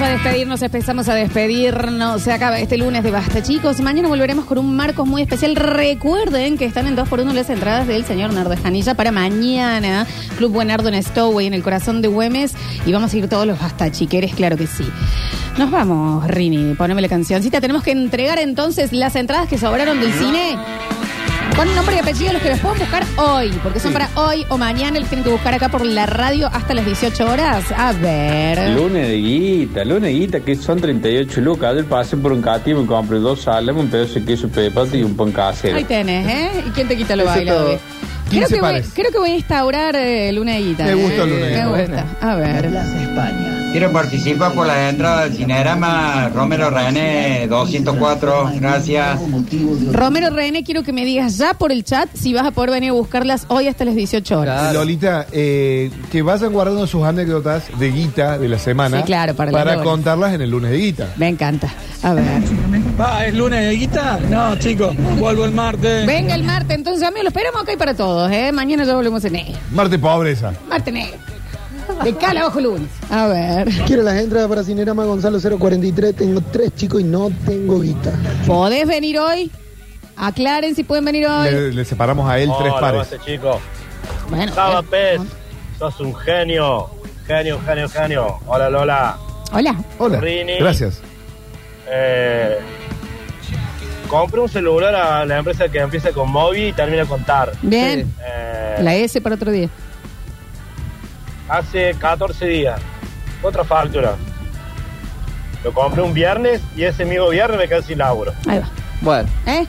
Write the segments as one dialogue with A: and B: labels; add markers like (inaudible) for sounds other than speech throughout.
A: a despedirnos, empezamos a despedirnos. Se acaba este lunes de basta, chicos. Mañana volveremos con un Marcos muy especial. Recuerden que están en 2x1 las entradas del señor Nardo Escanilla para mañana. Club Buenardo en Stoway, en el corazón de Güemes. Y vamos a ir todos los bastachiqueres, claro que sí. Nos vamos, Rini. Poneme la cancioncita. Tenemos que entregar entonces las entradas que sobraron del cine. Con nombre y apellido los que los pueden buscar hoy, porque son
B: Sí.
A: para hoy o mañana, los tienen que buscar acá por la radio hasta las 18 horas. A
C: Eh.
A: ver.
B: Lunes de guita, lunes de guita, que son 38 lucas. Ayer pasé por un cati y me compré dos salas, un pedazo de queso pepato y un pan casero.
A: Ahí tenés, ¿eh? ¿Y quién te quita lo
D: Eso todo.
A: bailado? Creo
D: 15
A: que, voy,
D: pares.
A: creo que voy a instaurar eh, Luna de Guita.
D: Me
A: ¿eh?
D: gusta Luna de
A: Me
D: Guita.
A: gusta. A ver.
C: Plaza España.
E: Quiero participar por la entrada del Cinerama Romero René 204. Gracias.
A: Romero René, quiero que me digas ya por el chat si vas a poder venir a buscarlas hoy hasta las 18 horas.
D: Lolita, eh, que vayan guardando sus anécdotas de guita de la semana
A: Sí, claro, para la lunes.
D: contarlas en el lunes de guita.
A: Me encanta. A ver.
F: Ah, ¿es lunes de guita? No, chicos, vuelvo el martes.
A: Venga el martes, entonces, amigo, lo esperamos acá y para todos, ¿eh? Mañana ya volvemos en negro.
D: Marte pobreza.
A: Martes negro. De cala ojo lunes. A ver.
G: Quiero las entradas para Cinerama Gonzalo 043. Tengo tres chicos y no tengo guita.
A: ¿Podés venir hoy? Aclaren si pueden venir hoy.
D: Le, le separamos a él tres pares.
H: chico.
A: Bueno.
H: Saba
A: eh,
H: Pez, sos un genio. Genio, genio, genio. Hola, Lola.
A: Hola.
D: Hola.
H: Rini.
D: Gracias.
H: Eh, compré un celular a la empresa que empieza con Mobi y termina con TAR.
A: Bien.
H: Eh,
A: La S para otro día.
H: hace 14 días. Otra factura. Lo compré un viernes y ese mismo viernes me quedé sin laburo.
A: Ahí va.
I: Bueno,
A: ¿Eh?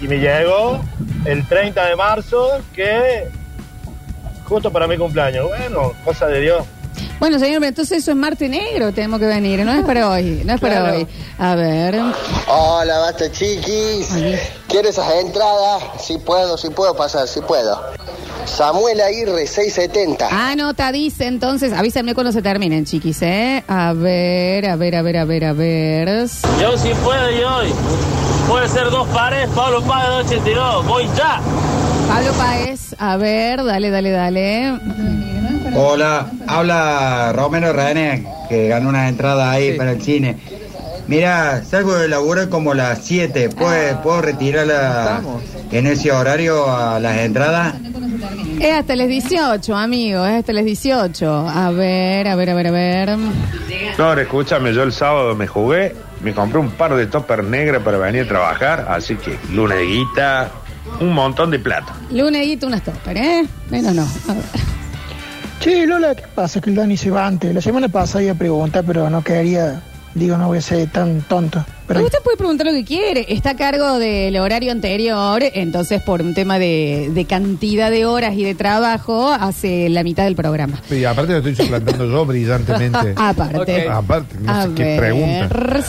H: Y me llegó el 30 de marzo, que justo para mi cumpleaños. Bueno, cosa de Dios.
A: Bueno, señor, pero entonces eso es Marte Negro, tenemos que venir, no es para hoy, no es para
I: Claro.
A: hoy. A ver,
G: Hola, basta chiquis.
A: Ahí.
G: Quiero esas entradas. Si puedo, si puedo pasar, si puedo. Samuel Aguirre 670.
A: anota, dice entonces, avísenme cuando se terminen, chiquis, ¿eh? A ver, a ver, a ver, a ver, a ver.
F: Yo sí puedo y hoy. Puede ser dos pares, Pablo Páez 282. Voy ya.
A: Pablo Páez, a ver, dale, dale, dale.
E: Hola, habla Romero René, que ganó una entrada ahí para el cine. Mira, salgo de laburo como las 7. ¿Puedo, ¿puedo retirar la-
I: Estamos.
E: en ese horario a las entradas?
A: Es hasta las 18, amigo, es hasta las 18. A ver, a ver, a ver, a ver.
J: Flor, escúchame, yo el sábado me jugué, me compré un par de toppers negras para venir a trabajar, así que lunes de guita, un montón de plata.
A: Luneguito, unas topper, ¿eh? Menos no. A ver.
G: Che, Lola, ¿qué pasa? Que el Dani se va antes. La semana pasada iba a preguntar, pero no quedaría. Digo, no voy a ser tan tonto. Pero
A: Usted puede preguntar lo que quiere. Está a cargo del horario anterior, entonces por un tema de, de cantidad de horas y de trabajo, hace la mitad del programa.
D: Y aparte lo estoy suplantando
A: (laughs)
D: yo brillantemente.
A: Aparte.
I: Ok.
D: Aparte, no
A: A
D: sé qué
A: ver.
D: pregunta.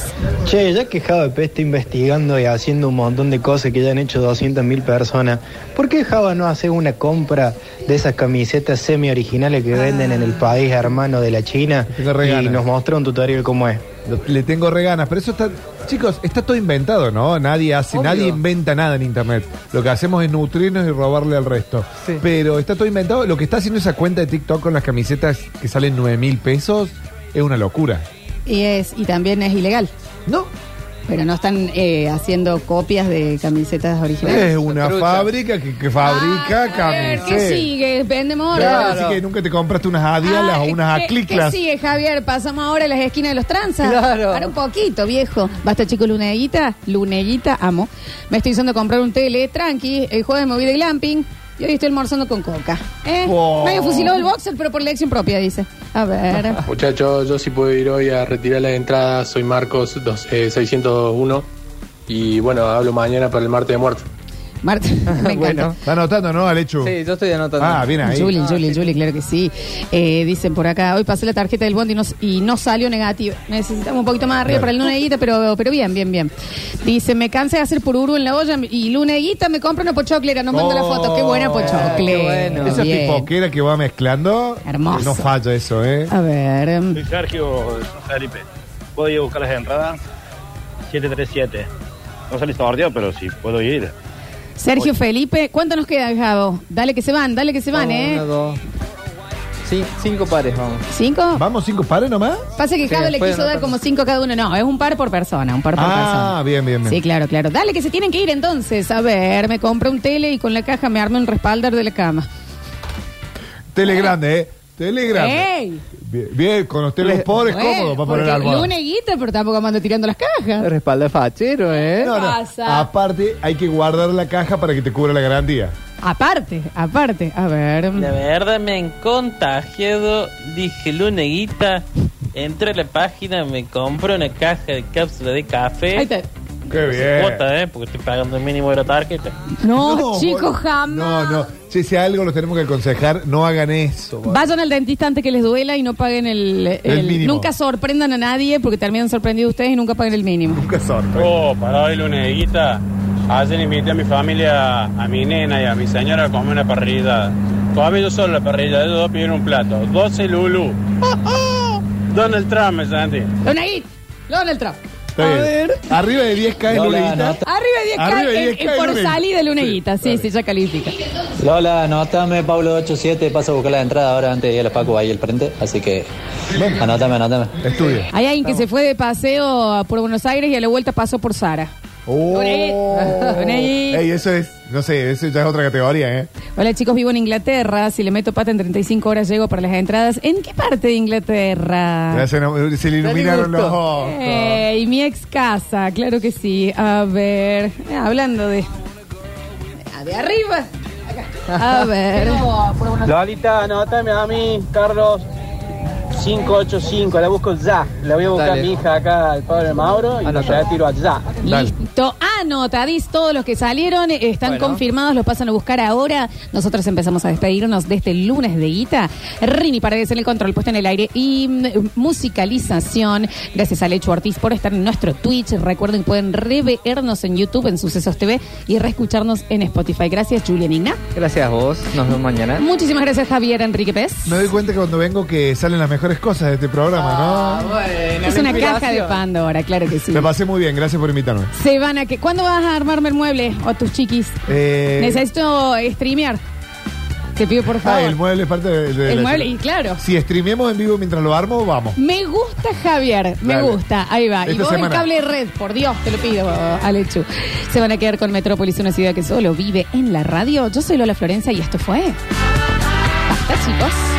F: Che, ya que Java P está investigando y haciendo un montón de cosas que ya han hecho 200.000 personas, ¿por qué Java no hace una compra de esas camisetas semi-originales que venden en el
C: Ah.
F: país hermano de la China
D: Que te regalan.
F: y nos muestra un tutorial cómo es?
D: Lo- Le tengo re ganas, pero eso está. Chicos, está todo inventado, ¿no? Nadie hace,
I: Obvio.
D: nadie inventa nada en internet. Lo que hacemos es nutrirnos y robarle al resto.
I: Sí.
D: Pero está todo inventado. Lo que está haciendo esa cuenta de TikTok con las camisetas que salen 9 mil pesos es una locura.
A: Y, es, y también es ilegal.
D: No,
A: Pero no están eh, haciendo copias de camisetas originales.
D: es una
I: Trucha.
D: fábrica que, que Eh,
A: A
D: fabrica
A: ver,
D: camisetas.
A: Ah, ¿qué sigue? Vende
D: Claro,
A: moda.
D: Así que nunca te compraste unas adialas
A: Ah,
D: o unas
A: ¿qué-
D: acliclas.
A: ¿Qué sigue, Javier? Pasamos ahora a las esquinas de los tranzas.
I: Claro.
A: Para un poquito, viejo. Basta, chico, luneguita. Luneguita, amo. Me estoy usando a comprar un tele, tranqui. El jueves me voy de glamping. Y hoy estoy almorzando con coca. ¿Eh?
D: Oh.
A: Medio fusilado el boxer, pero por elección propia, dice. A ver.
D: Ah,
F: Muchachos, yo sí puedo ir hoy a retirar las entradas. Soy Marcos 601 y bueno, hablo mañana para el martes de muerte.
D: (laughs)
A: Marta, me encanta.
I: Bueno.
D: Está anotando, ¿no, Alechu?
I: sí, yo estoy anotando.
D: Ah, bien ahí.
A: Juli, Juli, Juli, claro que sí. Eh, dicen por acá, hoy pasé la tarjeta del bondi y no, y no salió negativa. Necesitamos un poquito más arriba
D: Claro.
A: para el luneguita, pero, pero bien, bien, bien. Dice, me cansé de hacer pururu en la olla y luneguita me compro una pochoclera, no mando la foto. Qué buena
D: Oh,
A: pochoclera.
I: qué bueno.
D: Esa
A: Bien.
D: pipoquera que va mezclando.
A: Hermoso. Ah,
D: No falla eso, ¿eh?
A: A ver, um,
H: Soy Sergio de San Felipe. ¿Puedo ir a buscar las entradas? 737. No salí sorteo, pero sí puedo ir.
A: Sergio Felipe, ¿cuánto nos queda, Javo? Dale que se van, ¿eh? dale que se van,
I: Uno,
A: ¿eh?
I: dos.
C: Sí, cinco pares, vamos.
A: ¿Cinco?
D: ¿Vamos cinco pares nomás?
A: Pasa que
C: Sí,
A: Jado le
C: después
A: quiso dar
C: anotamos.
A: como cinco a cada uno. No, es un par por persona, un par por
D: Ah,
A: persona.
D: bien, bien, bien.
A: Sí, claro, claro. Dale, que se tienen que ir entonces. A ver, me compro un tele y con la caja me armo un respaldar de la cama.
D: Tele grande, ¿eh? Tele grande.
A: ¡Ey!
D: Bien, bien, con los
C: Bueno,
D: teles pobres
A: Pues, Bueno,
D: cómodos para
A: porque
D: poner algo.
A: Luna y guita, pero tampoco mando tirando las cajas.
C: Respalda fachero, ¿eh?
D: No, Ah. no.
A: pasa?
D: Aparte, hay que guardar la caja para que te cubra la garantía.
A: Aparte, aparte. A ver.
I: La verdad me han contagiado. Dije luneguita. Entré a la página, me compré una caja de cápsula de café.
A: Ahí está.
D: Qué bien.
I: Cuota, ¿eh? Porque estoy pagando el mínimo de la tarjeta.
A: No,
D: (laughs) No,
A: chicos,
D: vos-
A: jamás.
D: No, no. Che, si algo los tenemos que aconsejar, no hagan eso. vos.
A: Vayan al dentista antes que les duela y no paguen el, el-
D: El mínimo.
A: nunca sorprendan a nadie porque terminan sorprendidos ustedes y nunca paguen el mínimo.
D: Nunca sorprende.
J: Oh, para hoy luneguita. Ayer invité a mi familia, a mi nena y a mi señora a comer una parrilla. Comí yo solo la parrilla, ellos dos pidieron un plato. 12 Lulu. (laughs) Donald Trump, me sentí.
A: Donaguit, Donald Trump.
D: Está bien. Arriba de 10 cae
C: No la
D: Lunita.
C: anota.
A: Arriba de 10
D: Arriba de 10K
A: en- en- eh, por
D: Luneguita.
A: salida luneguita. Sí, sí, ya califica.
C: Lola, anotame, Pablo 87, paso a buscar la entrada ahora antes de ir a la Paco ahí al frente, así que anótame, anótame.
A: (laughs)
D: Estudia.
A: Hay alguien que se fue de paseo a- por Buenos Aires y a la vuelta pasó por Sara.
D: Oh.
A: Lunita. Lunita.
D: Ey, eso es, no sé, eso ya es otra categoría, ¿eh?
A: Hola chicos, vivo en Inglaterra. Si le meto pata en 35 horas llego para las entradas. ¿En qué parte de Inglaterra?
D: Ya se, no- se le iluminaron los
C: gusto.
D: ojos.
A: Eh, y mi ex casa, claro que sí. A ver, eh, hablando de. Ah, De arriba. Acá. A ver.
I: Lolita, anótame a mí, Carlos. 585, la busco ya. La voy a
C: buscar Dale. a mi
I: hija acá, al padre Mauro,
C: y la Anota.
I: tiro allá.
D: Dale.
A: Listo, Ah, anotadís, todos los que salieron eh, están
C: Bueno.
A: confirmados, los pasan a buscar ahora. Nosotros empezamos a despedirnos de este lunes de guita. Rini Paredes en el control, puesto en el aire y mm, musicalización. Gracias a Lechu Ortiz por estar en nuestro Twitch. Recuerden, pueden revernos en YouTube, en Sucesos TV y reescucharnos en Spotify. Gracias, Julian Igna.
C: Gracias a vos, nos vemos mañana.
A: Muchísimas gracias, Javier Enrique Pérez.
D: Me doy cuenta que cuando vengo que salen las mejores cosas de este
A: Ah.
D: programa, ¿no?
A: Es una caja de Pandora, claro que sí.
D: Me pasé muy bien, gracias por invitarme.
A: Se van a que. ¿Cuándo vas a armarme el mueble o tus chiquis?
D: Eh,
A: Necesito streamear. Te pido por
D: ah,
A: favor.
D: el mueble es parte del de,
A: El
D: la-
A: mueble, y claro.
D: Si streameamos en vivo mientras lo armo, vamos.
A: Me gusta Javier, me
D: Dale.
A: gusta, ahí va. y
D: Esta
A: vos el
D: semana.
A: cable red, por Dios, te lo pido, Alechu. Se van a quedar con Metrópolis, una ciudad que solo vive en la radio. Yo soy Lola Florencia y esto fue. Basta, chicos.